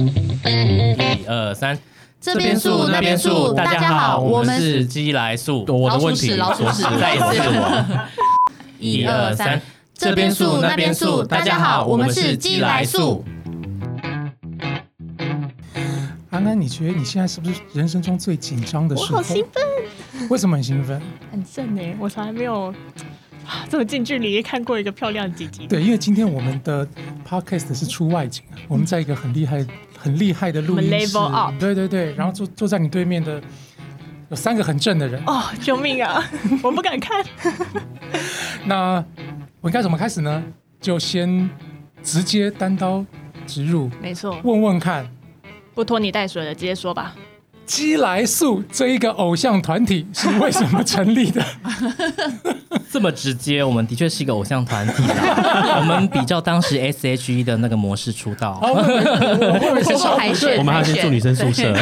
一二三，这边树那边树，大家好，我我们们是鸡来树。我老的鼠问屎题，老鼠我屎实在也再一是次我。一二三，这边树那边树，大家好，我们是鸡来树。。安安，你觉得你现在是不是人生中最紧张的时候？我好兴奋。为什么很兴奋？很正哎，我从来没有啊这么近距离看过一个漂亮的姐姐。对，因为今天我们的 podcast 是出外景，啊我们在一个很厉害、很厉害的录我音们室 level up。对对对，然后坐坐在你对面的有三个很正的人。哦，救命啊！ 我不敢看。那我应该怎么开始呢？就先直接单刀直入，没错，问问看，不拖泥带水的，直接说吧。基来素这一个偶像团体是为什么成立的？ 这么直接，我们的确是一个偶像团体啊啦。我们比较当时 S.H.E 的那个模式出道，哦，我我我我是小海选，我们还要先住女生宿舍，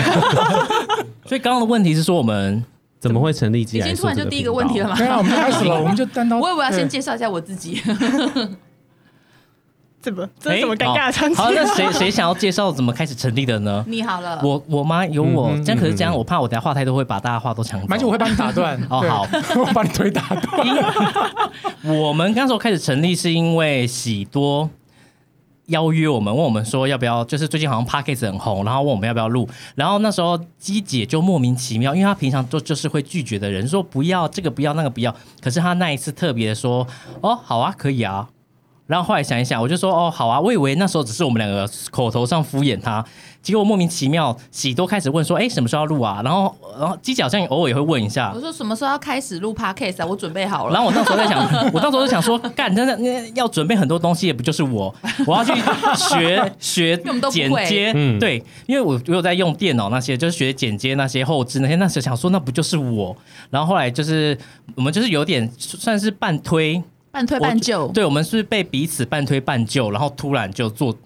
所以刚刚的问题是说我们怎么会成立基已来经素突然这就第一频个问题了道？嘛？对啊，我们就开始了，我们就单 刀。我以为要对先介绍一下我自己，怎么？这是什么尴尬的场哎景？好，好那谁谁想要介绍怎么开始成立的呢？你好了，我我妈有我，嗯嗯这样可是这样，嗯嗯我怕我等下话太多会把大家话都抢 走。蛮久我会把你打断。哦对好， 我把你腿打断。 我们刚时候开始成立是因为喜多邀约我们，问我们说要不要，就是最近好像 p a c k a g e 很红，然后问我们要不要录。然后那时候鸡姐就莫名其妙，因为她平常就就是会拒绝的人，说不要这个不要那个不要，可是她那一次特别的说，哦好啊可以啊。然后后来想一想，我就说哦好啊，我以为那时候只是我们两个口头上敷衍她，结果莫名其妙喜多开始问说，哎什么时候要录啊？然后然后鸡姐好像偶尔也会问一下，我说什么时候要开始录 podcast 啊？我准备好了。然后我那时候在想， 我那时候就想说，干，真的那要准备很多东西，也不就是 我，我要去学学我们都不剪会接，嗯对，因为我我有在用电脑那些，就是学剪接那些后置那些，那时候想说那不就是我，然后后来就是我们就是有点算是半推，半推半就，对我们是被彼此半推半就，然后突然就做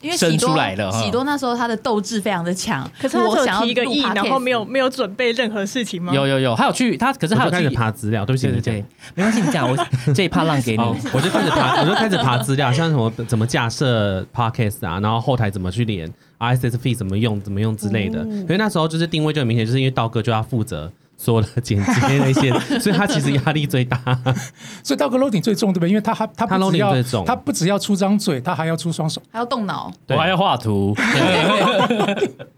因为喜生多出来了哈喜多那时候他的斗志非常的强， 可是我他想只有要提一个录亿， podcast 然后没有没有准备任何事情嗯吗？有有有，还有去他，可是还我有就开始去。爬资料，对不起，对你对讲。对，没关系，你讲，我 这一趴让给你。哦，我就开始爬， 我就开始爬资料，像什么怎么架设 podcast 啊，然后后台怎么去连 RSS feed 怎么用，怎么用之类的。哦因为那时候就是定位就很明显，就是因为道哥就要负责所有的剪接那些， 所以他其实压力最大。所以道哥 loading 最重，对不对？因为他他他他不只 loading 要最重他不只要出张嘴，他还要出双手。还要动脑，我还要画 图，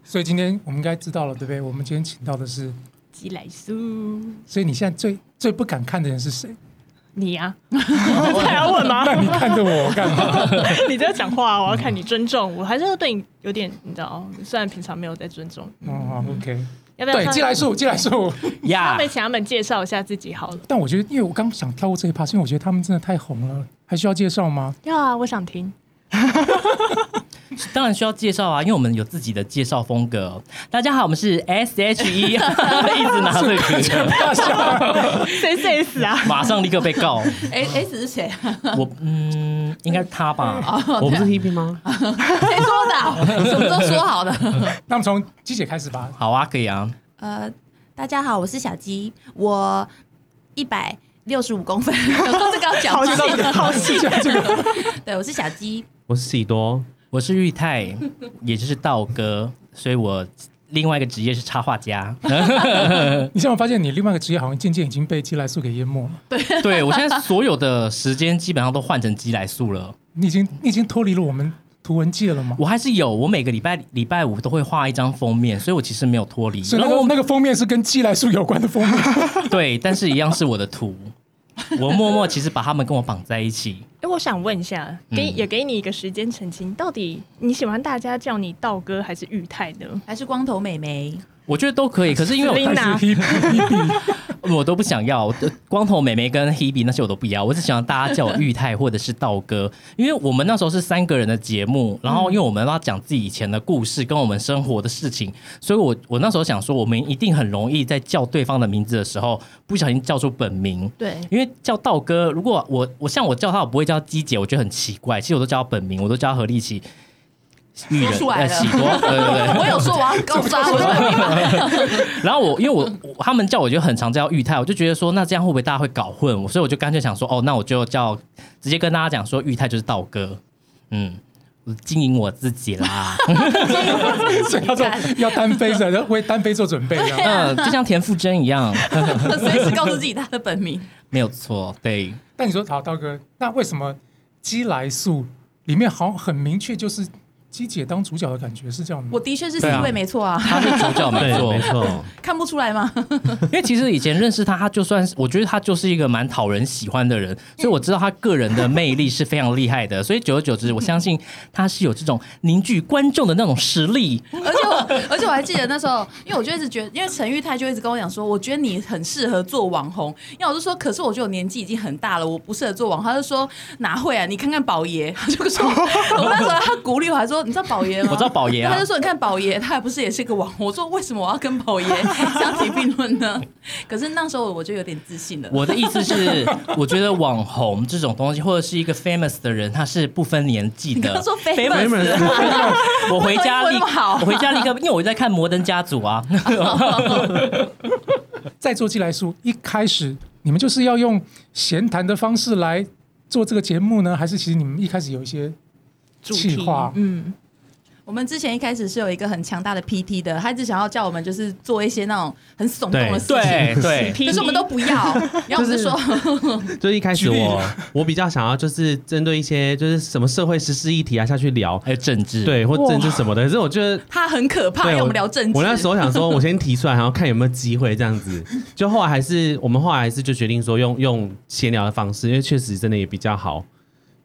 所以今天我们应该知道了，对不对？我们今天请到的是，鸡来苏，所以你现在最最不敢看的人是谁？ 你 呀、啊，这还要问吗？那你看着我干 嘛？ 你在讲话，我要看你尊重。我还是要对你有点，你知道，虽然平常没有在尊重。哦好，OK。要不要对，上寄来树，寄来树。他呀们，请他们介绍一下自己好了。但我觉得，因为我刚想跳过这一趴，是因为我觉得他们真的太红了，还需要介绍 吗？要啊，我想听。当然需要介绍啊，因为我们有自己的介绍风格。哦大家好，我们是 S H E，一直拿这个， 谁谁死啊？马上立刻被告。哎 S 是谁啊？ 我嗯，应该是他 吧？我不是 TP 吗？谁说的啊？什么时候说好的？那我们从鸡姐开始吧。好啊，可以啊。呃，大家好，我是小鸡，我一百六十五公分， 我说这个要矫正，好 细，这个对，我是小鸡，我是喜多，我是玉泰，也就是道哥，所以我另外一个职业是插画 家。你现在发现你另外一个职业好像渐渐已经被寄来树给淹没了，对我现在所有的时间基本上都换成鸡来素了。你已经你已经脱离了我们图文界了吗？我还是有，我每个礼拜礼拜五都会画一张封面，所以我其实没有脱离。所以那个那个封面是跟寄来树有关的 封面。对，但是一样是我的图。我默默其实把他们跟我绑在一起。哎，我想问一下，给、也给你一个时间澄清，到底你喜欢大家叫你道哥还是玉泰呢？还是光头美眉，我觉得都可 以，可是因为我 Selina 还是 hippie hippie 我都不想要，我的光头妹妹跟 Hebe 那些我都不要，我只想要大家叫我玉泰或者是道哥，因为我们那时候是三个人的节目，然后因为我们要讲自己以前的故事跟我们生活的事情，所以我我那时候想说，我们一定很容易在叫对方的名字的时候不小心叫出本名。对，因为叫道哥，如果我我像我叫他，我不会叫鸡姐，我觉得很奇怪。其实我都叫他本名，我都叫他何立奇，玉人说出来呃了喜多，对对对，我有说我要告诉他我的本名吗？然后我因为我我他们叫我就很常叫玉泰，我就觉得说那这样会不会大家会搞混我，所以我就干脆想说哦，那我就叫直接跟大家讲说玉泰就是道哥，嗯，经营我自己啦。所 以他说要单飞的，要为单飞做准备这样。嗯，就像田馥甄一样，随时告诉自己他的本名。没有错。对，但你说好，道哥，那为什么鸡来素里面好像很明确就是鸡姐当主角的感觉是这样我吗？的确是 C 对啊位没错啊，他是主角没对，错没。 错，看不出来吗？因为其实以前认识他，他就算是我觉得他就是一个蛮讨人喜欢的人，所以我知道他个人的魅力是非常厉害的。所以久而久之，我相信他是有这种凝聚观众的那种实力。 而且我，而且我还记得那时候，因为我就一直觉得，因为陈玉泰就一直跟我讲说，我觉得你很适合做网红。因为我就说，可是我觉得我年纪已经很大了，我不适合做网红。他就说哪会啊？你看看宝爷，他就 说，我那时候他鼓励我，还说你知道宝爷吗？我知道宝爷啊他就说你看宝爷，他还不是也是个网红？我说为什么我要跟宝爷 相提并论呢？可是那时候我就有点自信了。我的意思是，我觉得网红这种东西，或者是一个 famous 的人，他是不分年纪你的。刚刚说 famous，我 回家我立英文 那么好我回家立刻，因为我在看《摩登家族》 啊。在做鸡来素一开始，你们就是要用闲谈的方式来做这个节目呢，还是其实你们一开始有一些主计题划，嗯，我们之前一开始是有一个很强大的 PT 的，他一直想要叫我们就是做一些那种很耸动的事情。对对，可是我们都不要，然后我们就说，就一开始举例我我比较想要就是针对一些就是什么社会时事议题啊下去聊，还有政治，，对或政治什么的。可是我觉得他很可怕，对要我们聊政治。我那时候想说，我先提出来，然后看有没有机会这样 子。就后来还是我们后来还是就决定说用用闲聊的方式，因为确实真的也比较好。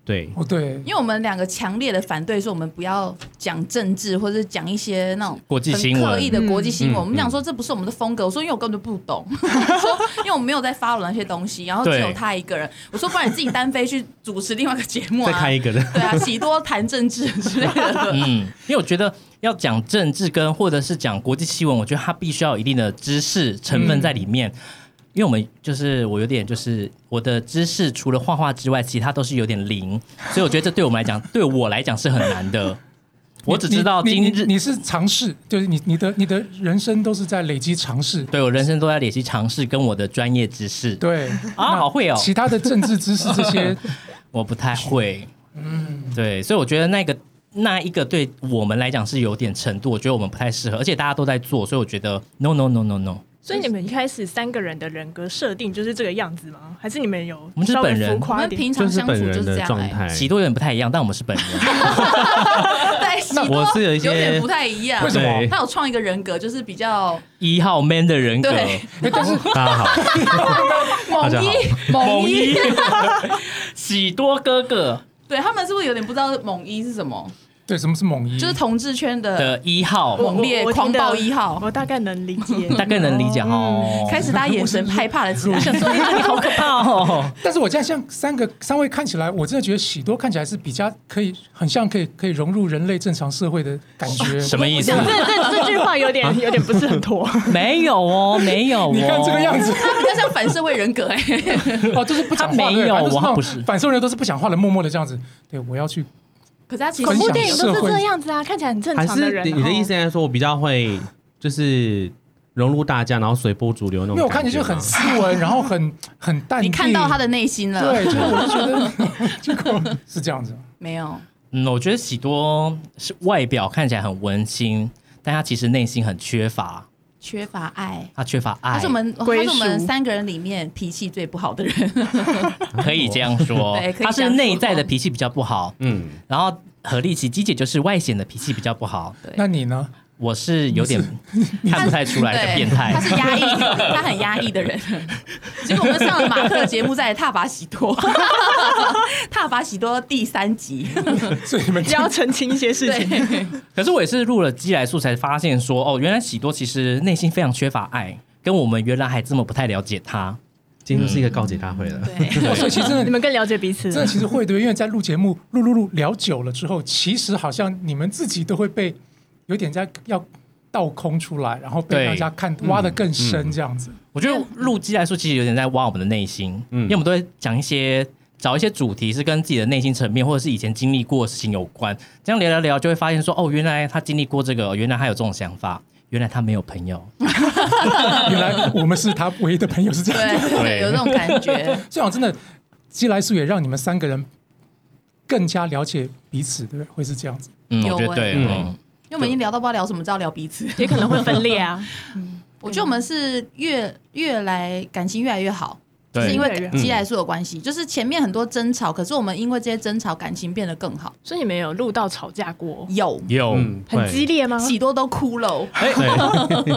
对，哦，对，因为我们两个强烈的反对说，我们不要讲政治，或者是讲一些那种国际新闻很刻意的国际新闻。嗯我们想说这不是我们的风格。我说因为我根本就不 懂，我说因为我没有在 follow 那些东西，然后只有对他一个人。我说不然你自己单飞去主持另外一个节目再啊开，一个的。对 啊，喜多谈政治之类的。嗯，因为我觉得要讲政治跟或者是讲国际新闻，我觉得它必须要有一定的知识成分在里面。嗯因为我们就是我有点就是我的知识除了画画之外，其他都是有点零，所以我觉得这对我们来讲，对我来讲是很难的。我只知道 你你今你日你是尝试，就是你你的你的人生都是在累积尝试。对我人生都在累积尝试跟我的专业知识对，啊，好会哦，其他的政治知识这些，我不太会。嗯，对，所以我觉得那个那一个对我们来讲是有点程度，我觉得我们不太适合，而且大家都在做，所以我觉得 no no no no no。所以你们一开始三个人的人格设定就是这个样子吗？还是你们有我们是稍微本人浮我夸一们点？平 就常是相处本就人是这的样、状哎态，喜多有点不太一样，但我们是本人。对，喜多我是有一些点不太一样为。什么对他有创一个人格，就是比较一号 man 的 人格，对 哎但哦是大家好，大猛家一好猛猛一，一， 喜多哥哥对他们是不是有点不知道猛一是什么？对什么是猛一？就是同志圈的，的一号，。猛烈我我狂暴我听得一号我大概能理解大概能理解嗯哦。开始大家眼神害怕了起来， 想说你好可怕哦！但是我这样像三个三位看起来，我真的觉得喜多看起来是比较可以，很像可以可以融入人类正常社会的感觉。什么意思这？这这句话有点有点不是很妥。没有哦，没有、哦。你看这个样，子，他比较像反社会人格哎、哦，就是不讲话他的，没有反正都我那他种不是反社会人都是不讲话的，默默的这样子。对，我要去，可是他其实恐怖分享电影都是社会这样子啊，看起来很正还常的是人。你你的意 哦思来说，我比较会就是融入大家，然后随波逐流那因种。为我看起来就很斯文，然后很很淡定。你看到他的内心了，对，就是我就觉得 结果是这样子。没有？嗯，我觉得喜多是外表看起来很温馨，但他其实内心很缺乏，缺乏爱。他缺乏爱。他是我们，他归是属我们三个人里面脾气最不好的人。可以这样说 对可以，这样他是说内在的脾气比较不好，嗯，然后何立奇姬姐就是外显的脾气比较不好。对那你呢？ 我是有点看不太出来的变态他。是压抑，他很压抑的人。 结果我们上了马克的节目，在踏伐喜多，踏伐喜多第三集，所以你们就要澄清一些事情。对，可是我也是录了鸡来素才发现说，哦，原来喜多其实内心非常缺乏爱，跟我们原来还这么不太了解他。今天就嗯是一个告解大会了。 哦所以其实真的你们更了解彼此真的其实会对，因为在录节目录录录聊久了之后，其实好像你们自己都会被有点在要倒空出来，然后被对大家看挖得更深这样子。我觉得录鸡来素其实有点在挖我们的内心，嗯因为我们都会讲一些。找一些主题是跟自己的内心层面，或者是以前经历过的事情有关，这样聊聊聊就会发现说，哦，原来他经历过这个，原来他有这种想法，原来他没有朋友，原来我们是他唯一的朋友是这样子，对，有那种感觉。这样真的。基来素也让你们三个人更加了解彼此，对不对？会是这样子。嗯，有我觉得对，欸嗯，因为我们已经聊到不知道聊什么，知道聊彼此。也可能会分裂啊。我觉得我们是越越来感情越来越好，就是对嗯因，为越来越感好基来素有关系。就是前面很多争吵，可是我们因为这些争吵，感情变得更好。所以你们有录到吵架过，有 有，嗯，很激烈，烈吗？喜多都哭了，哎，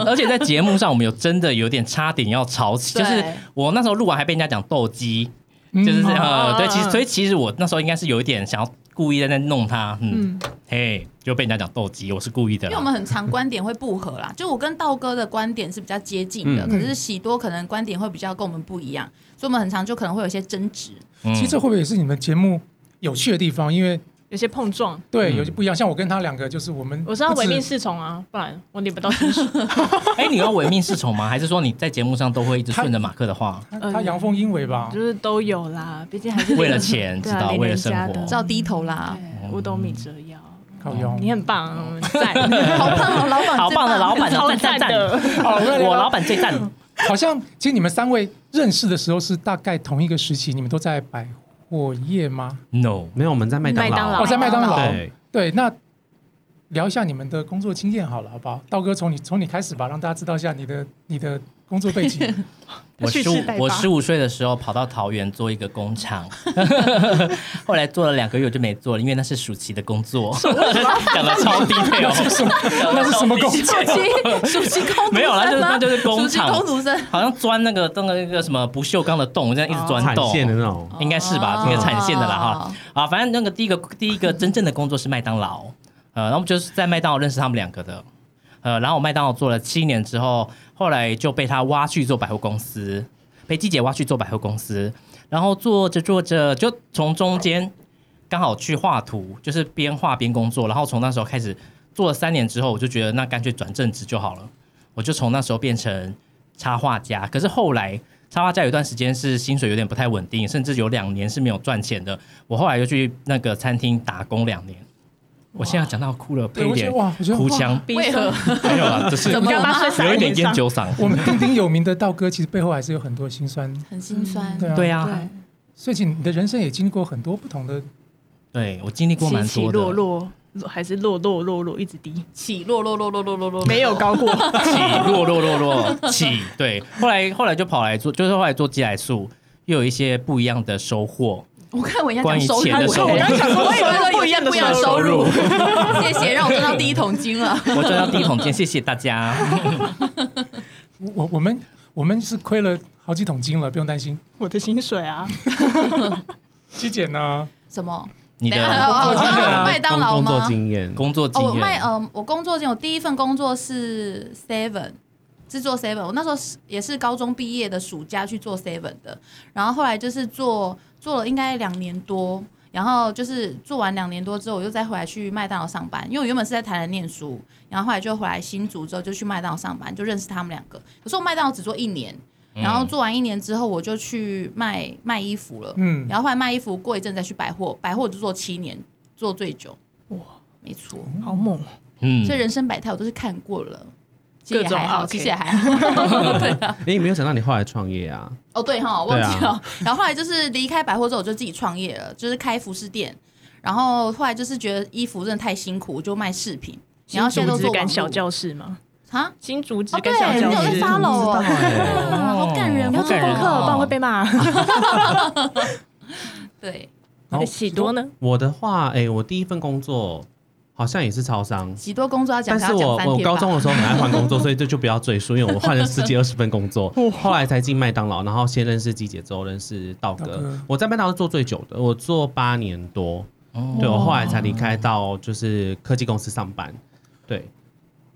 而且在节目上，我们有真的有点差点要吵起，对就是我那时候录完还被人家讲斗鸡，就是这样，哦啊呃对，其哦实所以其实我那时候应该是有一点想要故意在那弄他，嗯，嘿，就被人家讲斗鸡，我是故意的因为我啦，们很常观点会不 合啦。就我跟道哥的观点是比较接近的，嗯可是喜多可能观点会比较跟我们不一样，所以我们很常就可能会有一些争执。嗯其实这会不会也是你们节目有趣的地方？因为有些碰撞。对嗯有些不一样，像我跟他两个就是我们我知道不止唯命是从啊，不然我领不到薪水。哎，你要唯命是从吗？ 还是说你在节目上都会一直顺着马克的话？他他阳奉阴违吧呃就。是都有啦，毕竟还是为了钱对知道啊，领为了人家生活的知道低头啦，对五斗米折腰，靠腰，你很棒，赞，好棒哦，老板，好棒的老 板超哦，赞赞赞赞！的。好，们来聊我老板最赞，好像其实你们三位认识的时候是大概同一个时期，你们都在百货业吗？ ，no，没有我们在麦当麦当劳劳哦，在麦当劳。对，对，那聊一下你们的工作经验好了，好不好？道哥从你从你开始吧，让大家知道一下你的你的工作背景。我蓄十势五待发我十五岁的时候跑到桃园做一个工厂， 后来做了两个月我就没做了，因为那是暑期的工作， 讲的超低配哦，那是什么工作？暑期暑期工没有啦就是那就是工厂暑期工读生。好像钻那个那个那个什么不锈钢的洞，这样一直钻产洞，线的那种，应该是吧，应该产线的啦哈哦。啊，反正那个第一个第一个真正的工作是麦当劳，呃，然后我们就是在麦当劳认识他们两个的，呃，然后我麦当劳做了七年之后，后来就被他挖去做百货公司，被季姐挖去做百货公司，然后做着做着就从中间刚好去画图，就是边画边工作，然后从那时候开始做了三年之后，我就觉得那干脆转正职就好了，我就从那时候变成插画家，可是后来。插画家有一段时间是薪水有点不太稳定，甚至有两年是没有赚钱的。我后来就去那个餐厅打工两年。我现在讲到哭了，对配一我觉点得哇我觉得哭哇腔，为何？没有 啦，只是怎么了吗？有一点烟酒嗓。我们鼎鼎有名的道哥，其实背后还是有很多辛酸。很心酸。对啊，对啊。啊，所以其实你的人生也经历过很多不同的，对我经历过起蛮起多落的，落，落还是落落落落一直低，起落落落落落落落，没有高过。起落落落 落起。对，后来后来就跑来做，就是后来做寄来素，又有一些不一样的收获。我看我人家关讲于收入，钱的收入我刚想说，我以为说有不一样的不一样的收收入 入。谢谢，让我赚到第一桶金了。我赚到第一桶金，谢谢大 家。我我我们我们是亏了好几桶金了，不用担心。我的薪水啊，七姐呢？什么？你等一下的哦，工作经验啊哦麦当劳工作吗？经验，工作哦，经我卖验，嗯，我工作经，我第一份工作是 Seven 制作 Seven，我那时候是也是高中毕业的暑假去做 Seven 的，然后后来就是做做了应该两年多。然后就是做完两年多之后，我又再回来去麦当劳上班，因为我原本是在台南念书，然后后来就回来新竹之后就去麦当劳上班，就认识他们两个。可是我麦当劳只做一年，然后做完一年之后我就去卖卖衣服了，嗯，然后后来卖衣服，过一阵再去百货，百货我就做七年，做最久。哇，没错，好猛！嗯所以人生百态我都是看过了，其实也各种还好， OK 其实也还好。 对啊，哎，没有想到你后来创业啊，哦对哈，忘记对啊了。然后后来就是离开百货之后，我就自己创业了，就是开服饰店。然后后来就是觉得衣服真的太辛苦，我就卖饰品。然后现在都只做敢网小络教室吗？啊，新竹只哦对敢，小你有教在室，发不楼知道哎啊， 好感人，你要好做感人功课，哦不然会被骂。对，然后喜多呢？我的话，哎，我第一份工作好像也是超商，喜多工作要讲，但可是能要我讲三我天吧高中的时候很爱换工作，所以这就不要赘述，因为我换了 十几二十份工作，后来才进麦当劳，然后先认识季姐，之后认识道道哥哥。我在麦当劳做最久的，我做八年多，哦对我后来才离开到就是科技公司上班，对。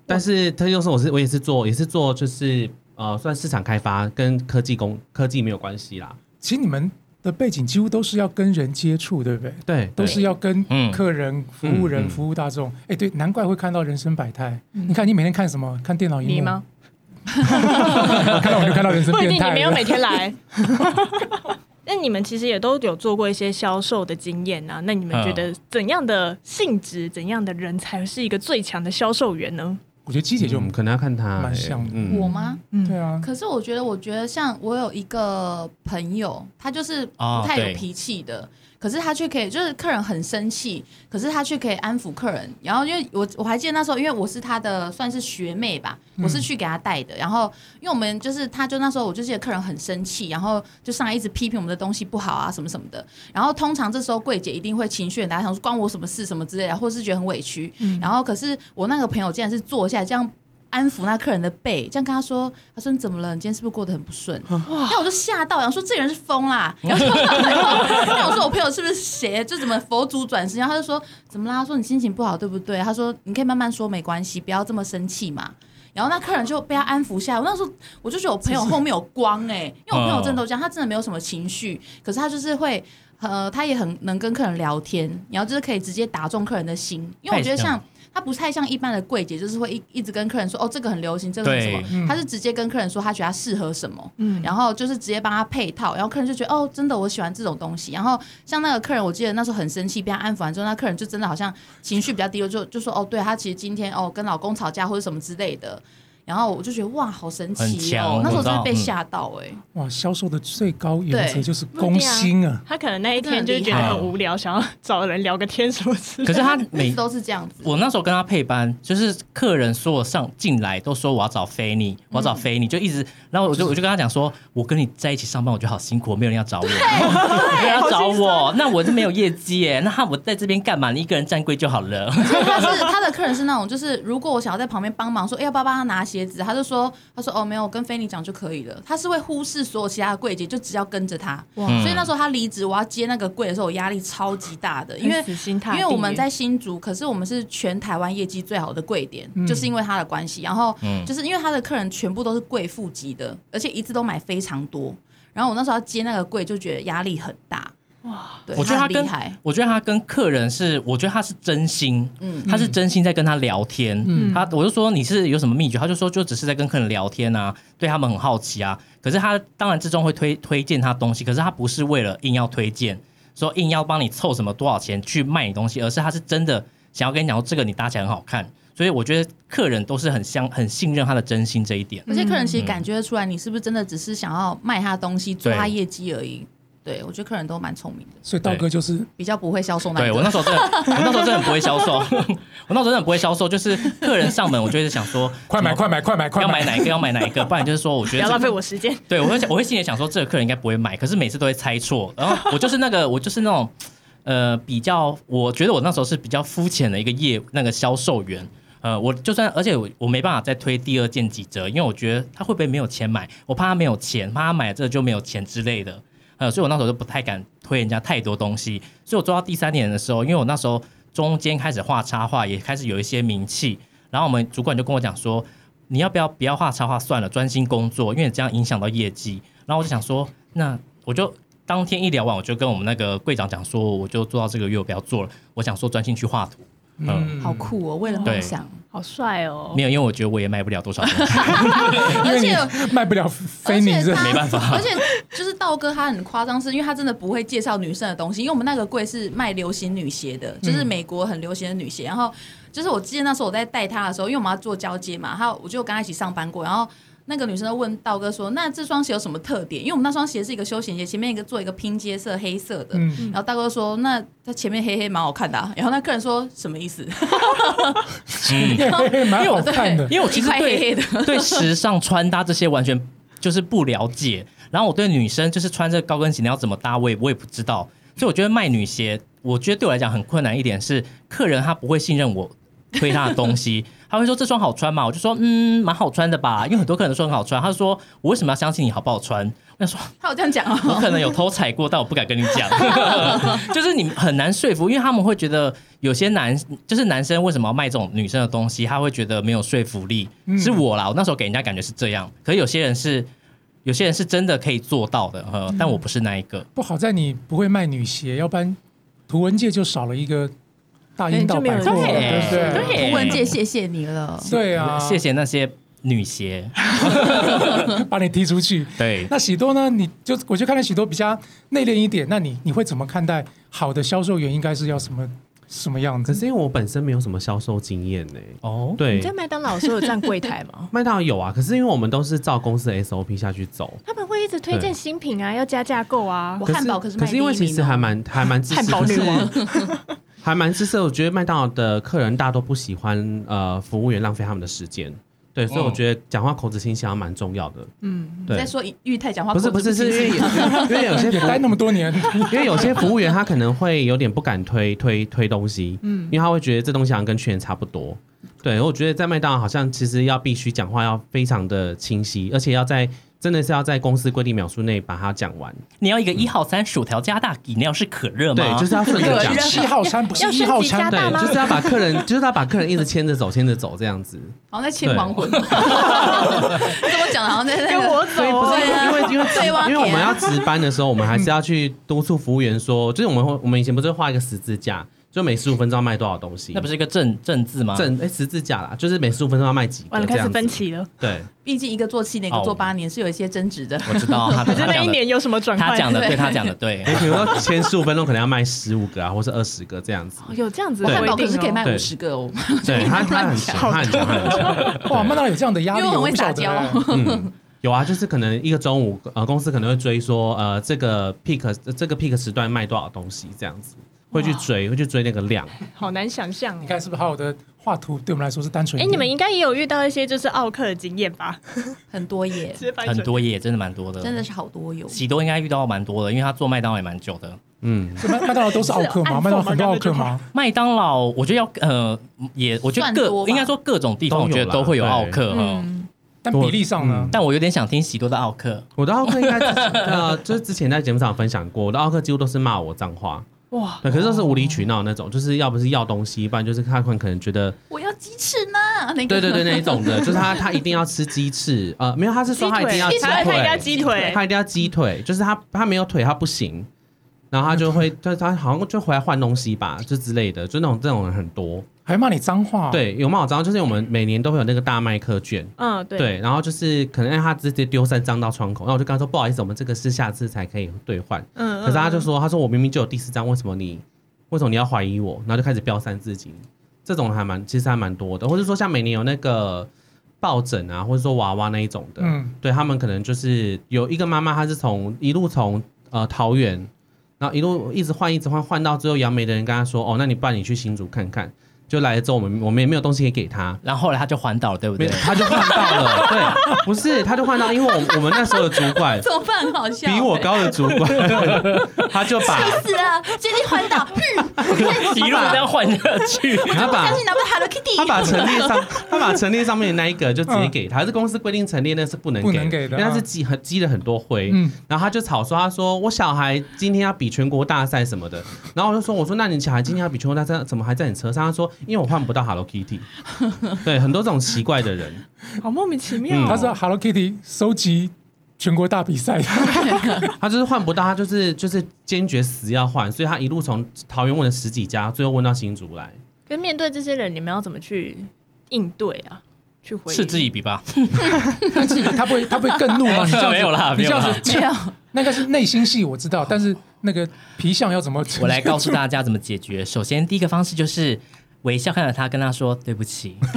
但是科技公司我是我也是做也是做就是呃算市场开发跟科技工科技没有关系啦，其实你们的背景几乎都是要跟人接触，对不对？对，都是要跟嗯客人、服务人、嗯嗯服务大众。哎，对，难怪会看到人生百态。你看你每天看什么？看电脑荧幕你吗？？ 看到我就看到人生不一变定，态。你没有每天 来。那你们其实也都有做过一些销售的经验啊。那你们觉嗯得怎样的性质、怎样的人才是一个最强的销售员呢？我觉得鸡姐就嗯可能要看他蛮像的嗯我吗？对啊，可是我觉得，我觉得像我有一个朋友，他就是哦不太对有脾气的。可是他却可以，就是客人很生气，可是他却可以安抚客人。然后因为我我还记得那时候，因为我是他的算是学妹吧，我是去给他带的。然后因为我们就是他就那时候我就记得客人很生气，然后就上来一直批评我们的东西不好啊什么什么的。然后通常这时候柜姐一定会情绪很大，想说关我什么事什么之类的，或是觉得很委屈。然后可是我那个朋友竟然是坐下来这样安抚那客人的背，这样跟他说：“他说你怎么了？你今天是不是过得很不顺？”那我就吓到，然后说这个人是疯啦。然后那我说我朋友是不是邪？就怎么佛祖转世？然后他就说怎么啦？他说你心情不好对不对？他说你可以慢慢说，没关系，不要这么生气嘛。然后那客人就被他安抚下来。我那时候我就觉得我朋友后面有光哎、因为我朋友真的都这样，他真的没有什么情绪，可是他就是会呃，他也很能跟客人聊天，然后就是可以直接打中客人的心。因为我觉得太强像他不太像一般的柜姐，就是会一一直跟客人说哦这个很流行，这个很什么对，嗯他是直接跟客人说他觉得他适合什么，嗯然后就是直接帮他配套，然后客人就觉得哦，真的我喜欢这种东西。然后像那个客人，我记得那时候很生气，被他安抚完之后，那客人就真的好像情绪比较低落，就就说哦，对他其实今天哦跟老公吵架或者什么之类的。然后我就觉得哇，好神很奇哦强！那时候我知真的道被嗯吓到哎、哇，销售的最高原则对就是攻心啊，他可能那一天就觉得很无聊，想要找人聊个天什么之类可的。是他一每直都是这样子。我那时候跟他配班，就是客人所有上进来都说我要找菲尼，我要找菲尼，就一直，然后我就我就跟他讲说，我跟你在一起上班，我觉得好辛苦，没有人要找我， 没有人要找我，那我就没有业绩耶，那我在这边干嘛？你一个人站柜就好了。他是他的客人是那种，就是如果我想要在旁边帮忙说，哎、要不要帮他拿鞋子，他就说，他说哦没有，我跟菲尼讲就可以了。他是会忽视所有其他的柜姐，就只要跟着他。嗯所以那时候他离职，我要接那个柜的时候，我压力超级大的，因为很死心塌因地为我们在新竹，可是我们是全台湾业绩最好的柜点，嗯就是因为他的关系。然后就是因为他的客人全部都是贵妇级的，而且一次都买非常多。然后我那时候要接那个柜，就觉得压力很大。哇，对，我觉得他他很跟厉害。我觉得他跟客人是，我觉得他是真心，嗯，他是真心在跟他聊天，嗯，他我就说你是有什么秘诀，他就说就只是在跟客人聊天啊，对他们很好奇啊。可是他当然之中会推推荐他东西，可是他不是为了硬要推荐，说硬要帮你凑什么多少钱去卖你东西，而是他是真的想要跟你讲说这个你搭起来很好看，所以我觉得客人都是很相很信任他的真心这一点。而且客人其实感觉得出来，你是不是真的只是想要卖他的东西、做对他业绩而已。对，我觉得客人都蛮聪明的，所以道哥就是比较不会销售那一对个我那时候真的，我那时候真的很不会销售， 我那时候真的很不会销售，就是客人上门，我就会想说快买快买快买快要买买，哪一个，要买哪一个，不然就是说，我不觉得要这浪个费我时间，对我会想我会心里想说，这个客人应该不会买，可是每次都会猜错。然后我就是那个，我就是那种呃比较，我觉得我那时候是比较肤浅的一个业那个销售员。呃，我就算，而且我我没办法再推第二件几折，因为我觉得他会不会没有钱买，我怕他没有钱，怕他买了这个就没有钱之类的。呃，所以我那时候就不太敢推人家太多东西。所以我做到第三年的时候，因为我那时候中间开始画插画，也开始有一些名气，然后我们主管就跟我讲说，你要不要不要画插画算了，专心工作，因为这样影响到业绩。然后我就想说，那我就当天一聊完，我就跟我们那个柜长讲说，我就做到这个月我不要做了，我想说专心去画图。嗯，好酷哦！为了梦想，好帅哦没！有，因为我觉得我也卖不了多少东西。因 而为且你卖不了而菲尼且这他 没办法而且就是道哥他很夸张，是因为他真的不会介绍女生的东西，因为我们那个柜是卖流行女鞋的，就是美国很流行的女鞋。然后就是我记得那时候我在带他的时候，因为我们要做交接嘛，他我就跟他一起上班过，然后。那个女生就问道哥说：“那这双鞋有什么特点？因为我们那双鞋是一个休闲鞋，前面一个做一个拼接色黑色的， 嗯然后大哥说：“那他前面黑黑蛮好看的、啊。”然后那客人说：“什么意思？嘿 蛮好看的，因为我其实一块对黑黑的 对时尚穿搭这些完全就是不了解，然后我对女生就是穿这个高跟鞋你要怎么搭，我也我也不知道，所以我觉得卖女鞋，我觉得对我来讲很困难一点是，客人他不会信任我推他的东西，他会说这双好穿吗？我就说嗯，蛮好穿的吧，因为很多客人都说很好穿，他就说我为什么要相信你好不好穿？我想说他有这样讲哦、我可能有偷踩过，但我不敢跟你 讲，就是你很难说服，因为他们会觉得有些男就是男生为什么要卖这种女生的东西，他会觉得没有说服力。嗯是我啦，我那时候给人家感觉是这样，可是有些人是有些人是真的可以做到的，嗯呃，但我不是那一个。不好在你不会卖女鞋，要不然图文界就少了一个大英道百货，对就没有对人不对对？图文界谢谢你了。对啊，谢谢那些女鞋， 把你踢出去。对，那喜多呢？你就我就看到喜多比较内敛一点，那你你会怎么看待好的销售员应该是要什么什么样可子？是因为我本身没有什么销售经验呢、嗯哦，对？你，在麦当劳的时候有站柜台吗 麦当劳有啊，可是因为我们都是照公司的 SOP 下去走。他们会一直推荐新品啊，要加价购啊我。可汉堡可是卖可是因为第一其名实哦还蛮还蛮自私汉堡女王， 还蛮自私的。我觉得麦当劳的客人大多不喜欢呃服务员浪费他们的时间，对，所以嗯我觉得讲话口齿清晰还蛮重要的。嗯，你在对，说玉泰讲话不是口不齿是是因为清晰因为有些服也待那么多年， 因为有些服务员他可能会有点不敢推推推东西，嗯，因为他会觉得这东西好像跟去年差不多。对，我觉得在麦当劳好像其实要必须讲话要非常的清晰，而且要在真的是要在公司规定秒数内把它讲完。你要一个一号餐薯条加大饮料是可热吗？对，就是要顺着 讲。七号餐不是要一号升级餐加，大对，吗就是要把客人，就是要把客人一直牵着走，牵着走这样子。好像在牵亡 魂，跟我讲的好像在那跟个我所以走不啊是对啊因为因为值 对哇因为我们天要啊值班的时候，我们还是要去督促服务员说，就是我们会我们以前不是画一个十字架，就每十五分钟要卖多少东西？那不是一个正正字吗？正哎十字架啦，就是每十五分钟要卖几个完了，这开样始子分。歧了。对，毕竟一个做七年，一个哦做八年，是有一些争执的。我知道他可是他那讲一的，年有什么转换？他讲的对对，他讲的 对。哎，比如说前十五分钟可能要卖十五个啊，或是二十个这样子。哦有这样子我的汉规堡可定是可以卖对五十个哦，对他他很强，好他很强，他很强。哇，麦当劳有这样的压力，因为我很我会不撒晓得娇欸。嗯，有啊，就是可能一个中午，呃，公司可能会追说，呃，这个 peak 呃这个 peak 时段卖多少东西这样子，会去追，会去追那个量。好难想象你哦。看是不是好的画图对我们来说是单纯哎，一点？你们应该也有遇到一些就是奥克的经验吧？很多耶直，接翻很转多耶，真的蛮多的，真的是好多哟。喜多应该遇到蛮多的，因为他做麦当劳也蛮久的。嗯，所以麦麦当劳都是奥克是吗？暗讽吗麦当劳很多奥克吗？麦当劳，我觉得要呃，也我觉得算各多吧应该说各种地方，都有我觉得啦都会有奥哦克哈。嗯，但比例上呢嗯？但我有点想听喜多的奥克，我的奥克应该之前呃，就是之前在节目上有分享过，我的奥克几乎都是骂我脏话，哇，对，可是都是无理取闹那种，就是要不是要东西，不然就是他可能可能觉得，我要鸡翅呢， 那个对对对，那一种的，就是他他一定要吃鸡翅，呃，没有，他是说他一定要鸡鸡腿他一定要腿，鸡腿，他一定要鸡腿，就是他他没有腿他不行，然后他就会， 他他好像就回来换东西吧，就之类的，就那种这种人很多，还骂你脏话？，对，有骂我脏，就是我们每年都会有那个大麦克卷。嗯，对，对，然后就是可能让他直接丢三张到窗口，那我就跟他说不好意思，我们这个是下次才可以兑换。嗯，可是他就说，他说我明明就有第四张，为什么你为什么你要怀疑我？然后就开始飙三字经，这种还蛮其实还蛮多的，或者说像每年有那个抱枕啊，或者说娃娃那一种的，嗯，对他们可能就是有一个妈妈，她是从一路从呃桃园，然后一路一直换一直换，换到最后杨梅的人跟她说，哦，那你不然你去新竹看看，就来了之后我们我们也没有东西可以给她，然后后来他就环岛了，对不没对 有？他就换到了，对，不是他就换到，因为我们我们那时候的主 管怎么办？好笑，欸比我欸高的主管， 他就把。死了，决定环岛，一路这样换下 去，他把但是拿不到 Hello Kitty，他把陈列 上，他把陈列上面的那一个就直接给他，这公司规定陈列那是不能嗯不能给给的因为他啊是积很积了很多灰。嗯然后他就吵说，他说我小孩今天要比全国大赛什么的。然后我就说，我说那你小孩今天要比全国大赛，怎么还在你车上？他说因为我换不到 Hello Kitty。对，很多这种奇怪的人，好莫名其妙嗯哦，他是 Hello Kitty 收集全国大 比赛，他就是换不到，他就是就是坚决死要换，所以他一路从桃园问了十几家，最后问到新竹来。跟面对这些人，你们要怎么去应对啊？去回应嗤之以鼻吧。但是他不会他不会更怒 吗？你这样子没有啦你这样没有啦子没有，那个是内心戏，我知道，但是那个皮相要怎么？我来告诉大家怎么解决。首先，第一个方式就是微笑看着他，跟他说对不 起。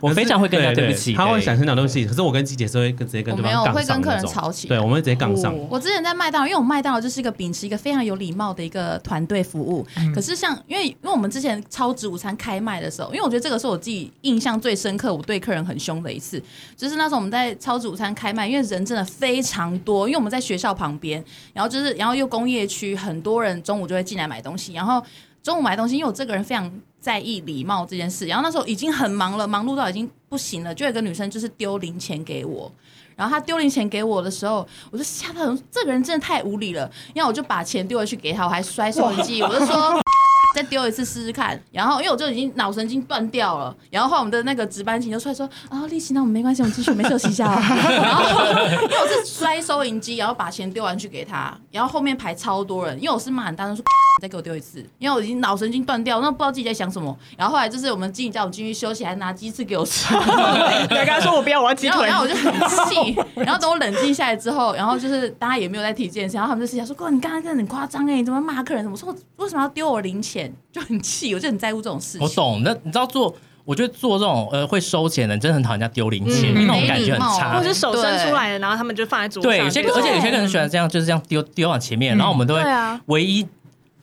我非常会跟他对不起，他会想对先讲对不起，可是我跟季姐是会跟直接跟我对方没有杠会上跟客那人种吵哦起对，我们会直接杠上。哦我之前在麦当劳，因为我们麦当劳就是一个秉持一个非常有礼貌的一个团队服务。可是像因为因为我们之前超值午餐开卖的时候，因为我觉得这个是我自己印象最深刻，我对客人很凶的一次，就是那时候我们在超值午餐开卖，因为人真的非常多，因为我们在学校旁边，然后就是然后又工业区，很多人中午就会进来买东西，然后中午买东西，因为我这个人非常在意礼貌这件事。然后那时候已经很忙了，忙碌到已经不行了，就有一个女生就是丢零钱给我。然后她丢零钱给我的时候，我就吓到，我说这个人真的太无理了。然后我就把钱丢回去给她，我还摔收音机，我就说 再丢一次试试看。然后因为我就已经脑神经断掉了，然后后来我们的那个值班经理就出来说啊，丽琴，那我们没关系，我们继续，我们休息一下哦。然后因为我是摔收银机，然后把钱丢完去给他，然后后面排超多人，因为我是骂很大声说 再给我丢一次，因为我已经脑神经断掉，那不知道自己在想什么。然后后来就是我们经理叫我们进去休息，还拿鸡翅给我吃， 你还跟他说我不要，我要鸡然后腿然。后我就很气。 然后等我冷静下来之后，然后就是大家也没有再提这件事，然后他们就私下说：“哥，你刚才真的很夸张哎，你怎么骂客人？”什么？我说我为什么要丢我零钱？就很气，我就很在乎这种事我情。懂，那你知道做，我觉得做这种呃会收钱的，你真的很讨厌人家丢零钱，嗯那种感觉很没差或礼貌。是手伸出来了，然后他们就放在桌上。对，有些就而且有些人喜欢这样，就是这样丢丢往前面，然后我们嗯都会对啊唯一。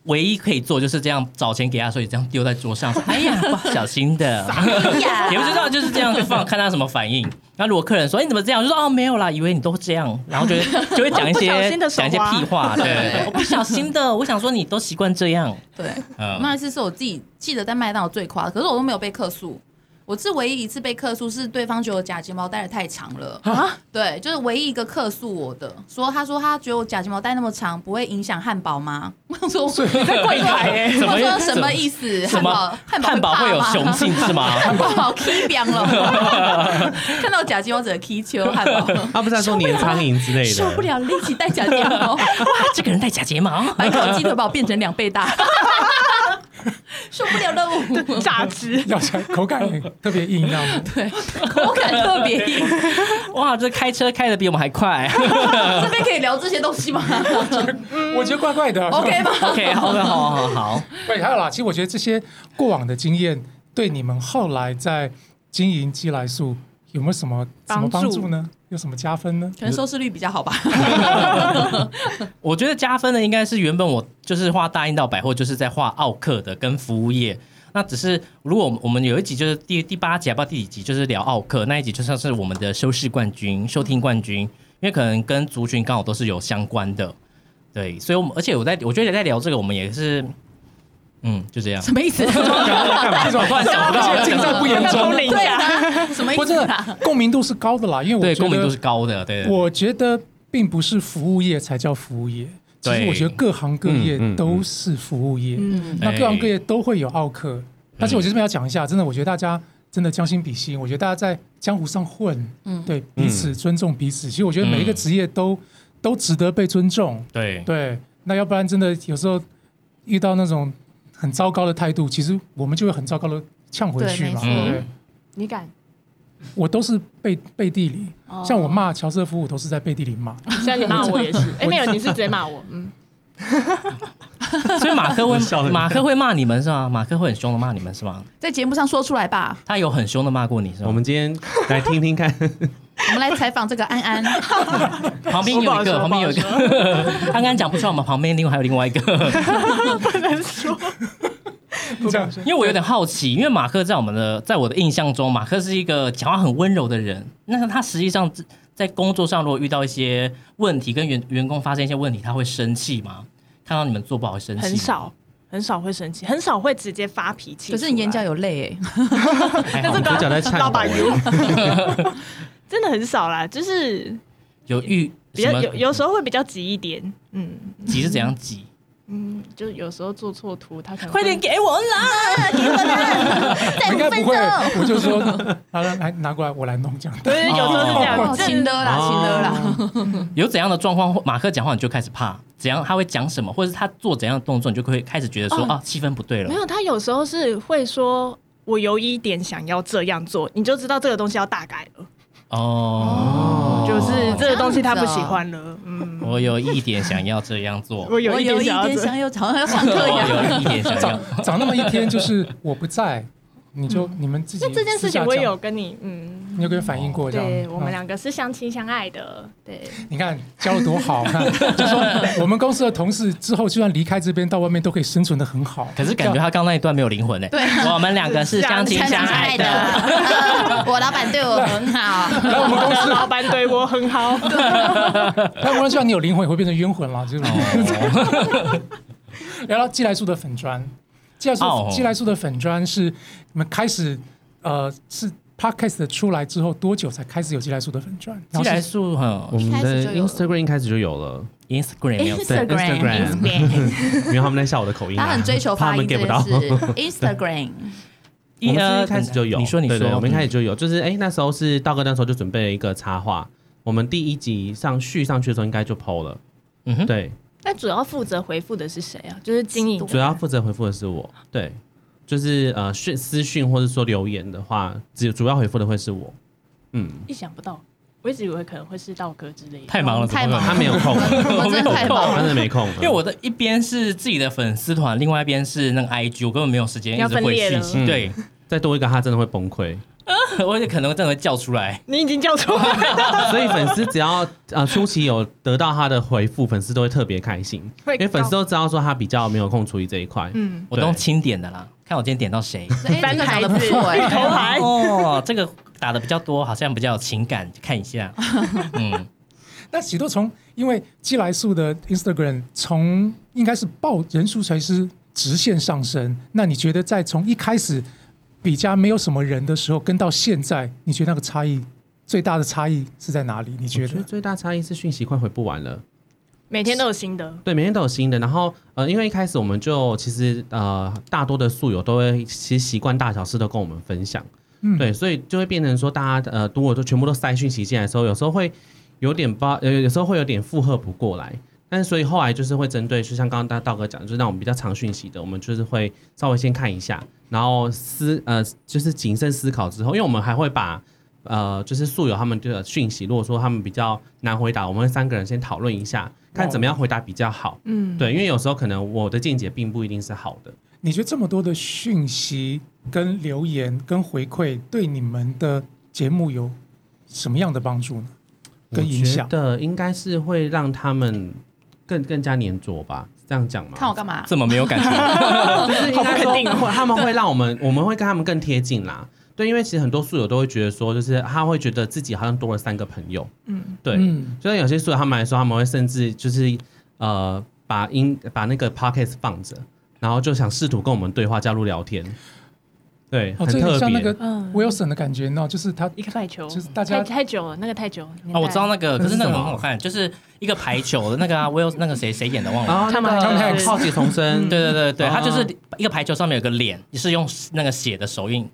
唯一可以做就是这样找钱给他，所以这样丢在桌上。哎呀，不好小心的， 也不知道就是这样去放，看他什么反应。那如果客人说：“哎、你怎么这样？”我就说：“哦，没有啦，以为你都这样。”然后就会就会讲一我不小些心地手讲滑一些屁话，对对对，对我不小心的。我想说你都习惯这样，对，那嗯，一次是我自己记得在麦当劳最夸，可是我都没有被客诉。我是唯一一次被客诉，是对方觉得我假睫毛戴的太长了啊！对，就是唯一一个客诉我的，说他说他觉得我假睫毛戴那么长不会影响汉堡吗？ 我想说你在柜台欸我说怎么什么意思？什汉么堡汉堡会会怕有 雄吗性是吗？汉堡 K 表了，看到假睫毛只能 K 球汉堡，他不是在说粘苍蝇之类的，受不了力气戴假睫毛，哇，这个人戴假睫毛，把一口鸡腿堡变成两倍大， 受不了了。 榨汁，咬起来口感也特别硬，这样 子。对，口感特别硬。哇，这开车开的比我们还快。 这边可以聊这些东西吗我觉得怪怪的。啊？OK 吗？ OK，好的，好好好，对，还有啦，其实我觉得这些过往的经验对你们后来在经营基来素有没有什么什么帮助呢？有什么加分呢？可能收视率比较好吧。 我觉得加分的应该是原本我就是画大英道百货，就是在画奥克的跟服务业。那只是如果我们我们有一集就是第第八集，还不知道第几集，就是聊奥克那一集，就算是我们的收视冠军、收听冠军，因为可能跟族群刚好都是有相关的。对，所以我们而且我在我觉得在聊这个，我们也是，嗯，就 这样。什么意思？干嘛？这种突然想不到这个竞赛不严 重。零对啊，什么意不过思真啊？的共鸣度是高的啦，因为我对，觉得共鸣度是高的，对。我觉得并不是服务业才叫服务业，其实对我觉得各行各业嗯嗯嗯都是服务业，嗯那各行各哎嗯业都会有奥客。但是我这边要讲一下，真的，我觉得大家真的将心比心，我觉得大家在江湖上混，嗯，对彼此尊重彼嗯此。其实我觉得每一个职业都都值得被尊重。对对，那要不然真的有时候遇到那种很糟糕的态度，其实我们就会很糟糕的呛回去对没嘛。错对不对嗯你敢？我都是背背地里，哦像我骂乔瑟夫，我都是在背地里骂。现在你骂 我也是，哎，没有，你是直接骂我，嗯，所以马克会我笑得很马克会骂你们是吗？马克会很凶的骂你们是吗？在节目上说出来吧。他有很凶的骂过你是吗？我们今天来听听 看，我们来采访这个安安，旁边有一个，说旁不边好有说一个， 刚刚讲不出来，我们旁边另外还有另外一个， 不能 说。这样，因为我有点好奇，因为马克在我们的在我的印象中，马克是一个讲话很温柔的人，那他实际上在工作上如果遇到一些问题，跟员员工发生一些问题，他会生气吗？看到你们做不好会生气？很，少，很少会生气，很少会直接发脾 气。可是你眼角，有泪哎。还好但 是我刚左脚在颤抖老板油，真的很少啦，就是有遇比什较么有有时候会比较急一点，嗯急是怎样急？嗯，就有时候做错图，他可能快点给我啦！给我啦！再应该五不分会钟。，我就说，好了，来拿过来，我来弄这样。 对，有时候是这哦样，亲的啦，哦亲的啦，有怎样的状况，马克讲话你就开始怕，怎样他会讲什么，或者是他做怎样的动作，你就会开始觉得说、哦啊气氛不对了没。有，他有时候是会说。我有一点想要这样做，你就知道这个东西要大改了，哦，就是这个东西他不这样喜子哦欢了。嗯，我有一点想要这样做，我有我一有一点想要点这样想要，好像要上课一样。我有一点想要长。长那么一天，就是我不在，你就你们自己。嗯那这件事情我也有，跟你，嗯，你有跟反映过这样。对我们嗯两个是相亲相爱的，对，你看教的多好，看就说我们公司的同事之后，就算离开这边到外面，都可以生存的很好。可是感觉他刚那一段没有灵魂呢。对，我们两个是相亲相亲相相爱爱的，的。呃我老板对我很好。来我们公司，老板对我很好，来我们就算你有灵魂，也会变成冤魂了， 就是。哦聊到寄来素的粉砖，寄来素、哦寄来素的粉砖是你们开始呃是 podcast 的出来之后多久才开始有寄来素的粉砖？寄来然后是素哈我们一开始的就有 Instagram 一开始就有了，哦，Instagram 哎没有 Instagram Instagram，因为他们在笑我的口音啊，他很追求怕发他们音这 get 不件到事。。Instagram，我们是呃一开始就有，你说你对对说，我们一开始就有，就是哎、那时候是道哥那时候就准备了一个插画，我们第一集上续上去的时候应该就 PO 了，嗯哼对，但主要负责回复的是谁啊？就是经营主要负责回复的是我，对，就是呃讯私讯或者说留言的话，只主要回复的会是我。嗯，意想不到，我一直以为可能会是道哥之类的。太忙了，太怎么忙办他没有空，我真 的太他忙真了。的没空，因为我的一边是自己的粉丝团，另外一边是那个 IG，我根本没有时间一要直分回裂信了嗯息。对， 再多一个他真的会崩溃。我也可能真的会叫出来。你已经叫出来了，所以粉丝只要呃初期有得到他的回复，粉丝都会特别开心，会因为哎粉丝都知道说他比较没有空处理这一块。嗯，我都用清点的啦，看我今天点到谁。哎，这个长得不错哎、头牌哦，这个打的比较多，好像比较有情感，看一下。嗯，那喜多从因为寄来素的 Instagram 从应该是爆人数才是直线上升，那你觉得在从一开始比较没有什么人的时候，跟到现在，你觉得那个差异最大的差异是在哪里？你觉我觉得得？最大差异是讯息快回不完了。每天都有新的，对，每天都有新的。然后呃，因为一开始我们就其实呃，大多的宿友都会其实习惯大小事都跟我们分享，嗯对，所以就会变成说大家呃，如果都全部都塞讯息进来的时候，有时候会有点不呃，有时候会有点负荷不过来。但是所以后来就是会针对，就像刚刚大道哥讲，就是那种比较长讯息的，我们就是会稍微先看一下，然后思呃，就是谨慎思考之后，因为我们还会把呃，就是宿友他们的讯息，如果说他们比较难回答，我们会三个人先讨论一下，看怎么样回答比较好。嗯，对，因为有时候可能我的见解并不一定是好的。你觉得这么多的讯息、跟留言、跟回馈，对你们的节目有什么样的帮助呢？跟影响我觉得应该是会让他们更更加粘着吧，这样讲 吗？看我干嘛？这么没有感情，就是应该说哦会他们会让我们， 我们会跟他们更贴近啦。对，因为其实很多宿友都会觉得说，就是他会觉得自己好像多了三个朋友。嗯，对，嗯，就像有些宿友他们来说，他们会甚至就是呃把音把那个 podcast 放着，然后就想试图跟我们对话，加入聊天。对，哦，很这特个像那别。个嗯 Wilson 的感觉呢，就是他一个排球，就是大太家太久了，那个太久了。年代啊，我知道那个，可是那个那是什么很好看，就是一个排球的那个 啊，我有那个谁谁演的忘了。啊，他们那个还是浩劫重 生，对对对对，啊它哦就是一个排球上面有个脸，是用那个血的手印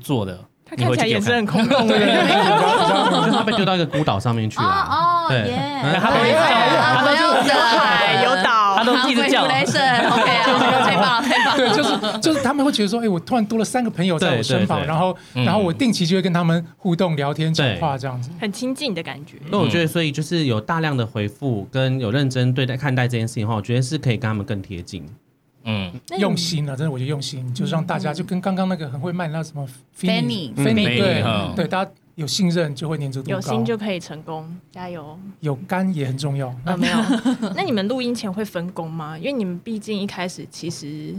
做的。他你看回起来去也有是很看。恐怖 的，就是他被丢到一个孤岛上面去哦了。哦对耶！嗯他都对一直叫我啊他不都用有 海有岛啊他，都一直叫我， ，OK 啊，太棒了，太棒了！ 对，就是就是他们会觉得说，哎、我突然多了三个朋友在我身旁，对对对然后、嗯然后我定期就会跟他们互动、聊天、讲对话这样子。很亲近的感觉。那我觉得，所以就是有大量的回复跟有认真对待看待这件事情的话，我觉得是可以跟他们更贴近。 嗯，那你嗯用心啊，真的，我觉得用心，就是让大家就跟刚刚那个很会卖那什么 Fanny 嗯 Fanny Fanny，对嗯对，大家有信任就会粘着度高，有心就可以成功，加油！有肝也很重 要。啊，没有。那你们录音前会分工吗？因为你们毕竟一开始其实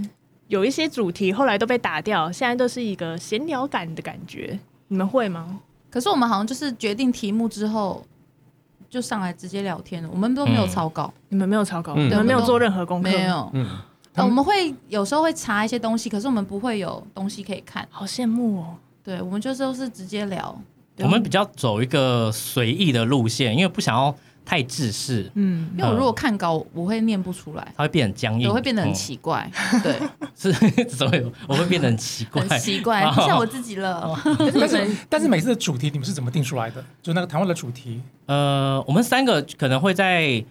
有一些主题后来都被打掉，现在都是一个闲聊感的感觉。你们会吗？ 可是我们好像就是决定题目之后就上来直接聊天了，我们都没有草稿，你们没有草稿，嗯你们没有做任何功课，没，有。嗯，呃我们会有时候会查一些东西，可是我们不会有东西可以看。好羡慕哦。啊对，我们就是都是直接聊。我们比较走一个随意的路线，因为不想要太制式，嗯，因为我如果看稿，我会念不出来，它会变得很僵对硬，我会变得很哦嗯奇怪，对，是 怎么会有？我会变得很奇怪，哦很奇怪，不像我自己了。但是但是每次的主题你们是怎么定出来的？就那个谈话的主题，呃，我们三个可能会在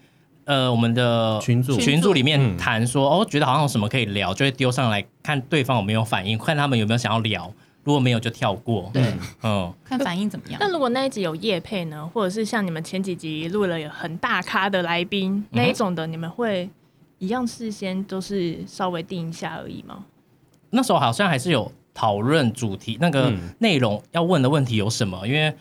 呃我们的群组群组里面嗯谈说，哦，觉得好像有什么可以聊，就会丢上来看对方有没有反应，看他们有没有想要聊。如果没有就跳过。对，嗯，看反应怎么样。那如果那一集有夜配呢，或者是像你们前几集录了有很大咖的来宾那一种的，你们会一样事先都是稍微定一下而已吗？那时候好像还是有讨论主题，那个嗯内容要问的问题有什么？因为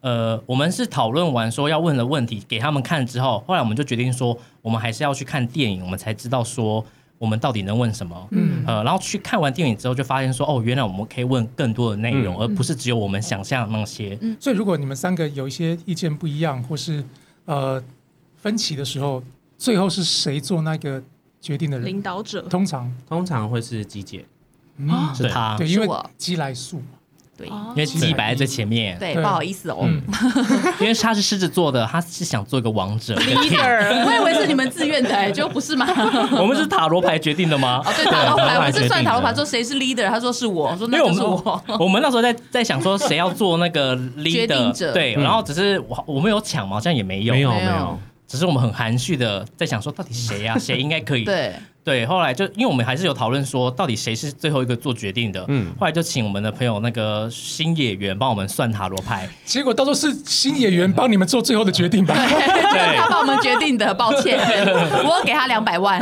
呃，我们是讨论完说要问的问题给他们看之后，后来我们就决定说，我们还是要去看电影，我们才知道说我们到底能问什么。嗯，呃，然后去看完电影之后，就发现说，哦，原来我们可以问更多的内容，而不是只有我们想象那些。所以如果你们三个有一些意见不一样，或是呃分歧的时候，最后是谁做那个决定的人？领导哦者，通常，通常会是机姐，嗯，是啊他，对，因为是我鸡来素嘛，对哦因为鸡摆在最前面，对，对不好意思哦，嗯，因为他是狮子座的，他是想做一个王 者。 leader，我以为是你们自愿的，哎就不是嘛。哦，我们是塔罗牌决定的 吗？对，塔罗牌，我们是算塔罗牌，决说定的谁是 leader，他说是我，我说因那为我就是们我。我们那时候在在想说谁要做那个决定 leader，者对，嗯然后只是我我们有抢吗？好像也没有，嗯没有没没有有，只是我们很含蓄的在想说，到底谁 啊，谁应该可以？对，对后来就因为我们还是有讨论说，到底谁是最后一个做决定的。嗯，后来就请我们的朋友那个新演员帮我们算塔罗牌。结果到时候是新演员帮你们做最后的决定吧？ 他帮我们决定的，抱 歉，我给他两百万，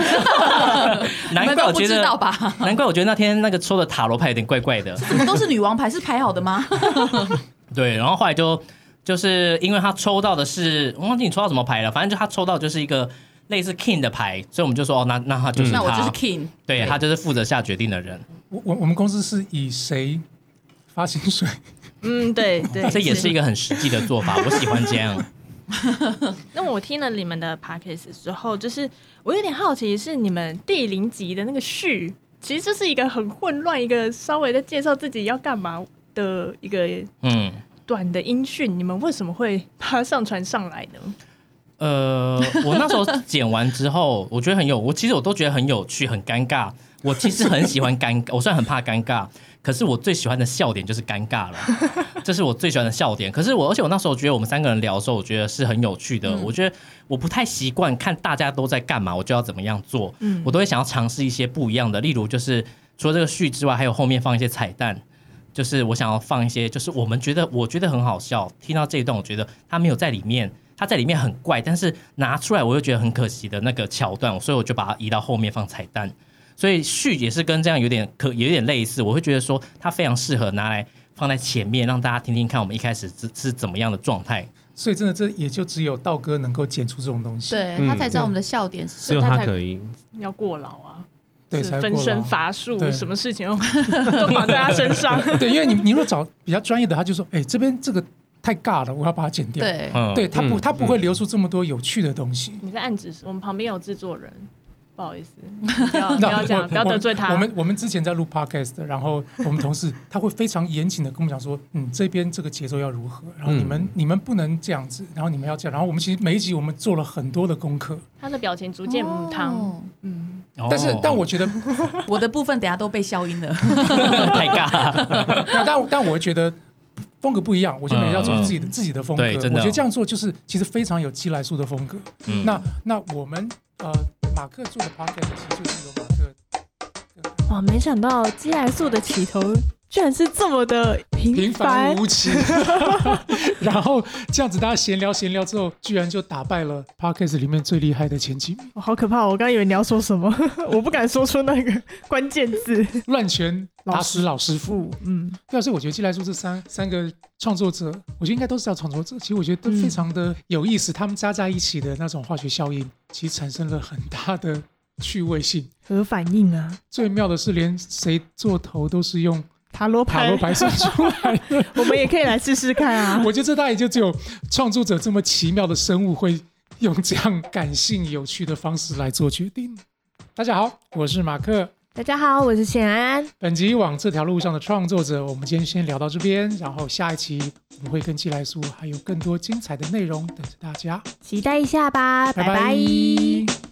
难怪我觉你们都不知道得吧，难怪我觉得那天那个抽的塔罗牌有点怪怪的。怎么都是女王牌是排好的吗？对，然后后来就就是因为他抽到的是，我忘记你抽到什么牌了，反正就他抽到就是一个类似 king 的牌，所以我们就说哦，那那他就是那我他，就是 king，对他就是负责下决定的人，我我我们公司是以谁发薪水？ 嗯，对对， 这也是一个很实际的做 法，我喜欢这样。那我听了你们的 podcast 之后，就是我有点好奇，是你们第零集的那个序，其实这是一个很混乱，一个稍微在介绍自己要干嘛的一个嗯，短的音讯，你们为什么会把它上传上来呢？呃，我那时候剪完之后，我觉得很有，我其实我都觉得很有趣，很尴尬。我其实很喜欢尴尬，我虽然很怕尴尬，可是我最喜欢的笑点就是尴尬了，这是我最喜欢的笑点。可是我，而且我那时候觉得我们三个人聊的时候，我觉得是很有趣的。我觉得我不太习惯看大家都在干嘛，我就要怎么样做，我都会想要尝试一些不一样的。例如，就是除了这个序之外，还有后面放一些彩蛋。就是我想要放一些，就是我们觉得我觉得很好笑，听到这一段我觉得他没有在里面，他在里面很怪，但是拿出来我又觉得很可惜的那个桥段，所以我就把它移到后面放彩蛋。所以序也是跟这样有点可有点类似，我会觉得说它非常适合拿来放在前面，让大家听听看我们一开始是是怎么样的状态。所以真的这也就只有道哥能够剪出这种东西，对嗯他才知道我们的笑点是只什有么。他可以。要过劳啊，对，是才分过身劳乏术，对什么事情 都都绑在他身上。 对，因为你你如果找比较专业的，他就说，哎、这边这个太尬了，我要把它剪掉。，对，嗯，对，他不嗯他不会留出这么多有趣的东西。你在暗指我们旁边有制作人，不好 意思，不 要不要这样，我不要得罪我他我。们我们之前在录 podcast，然后我们同事他会非常严谨的跟我们讲说，嗯，这边这个节奏要如何，然后嗯你们、你们不能这样子，然后你们要这样，然后我们其实每一集我们做了很多的功课，他的表情逐渐母汤，哦哦但是、但我觉得，我的部分等下都被消音 了。太尬了，但但我觉得。风格不一样，我觉得每个要做嗯嗯自己的、自己的风格。对我真的觉得这样做就是其实非常有基来素的风格。嗯那那我们呃，马克做的 podcast 其实就是有马克哇，没想到基来素的起头居然是这么的平平凡凡。无 奇，然后这样子大家闲聊闲聊之后，居然就打败了 podcast 里面最厉害的前几名，哇好可怕！我刚以为你要说什么， 我不敢说出那个关键字。乱拳打死老师傅。不，嗯，对啊，所以我觉得既来说这三三个创作者，我觉得应该都是叫创作者。其实我觉得都非常的有意思，他们加在一起的那种化学效应，其实产生了很大的趣味性。核反应啊，最妙的是，连谁做头都是用塔罗牌，塔罗牌算出来的。我们也可以来试试看啊。 我觉得这大概就只有创作者这么奇妙的生物会用这样感性有趣的方式来做决定。大家好，我是马克。大家好，我是显安。本集往这条路上的创作者，我们今天先聊到这边，然后下一期我们会跟寄来素还有更多精彩的内容等着大家，期待一下吧，拜拜拜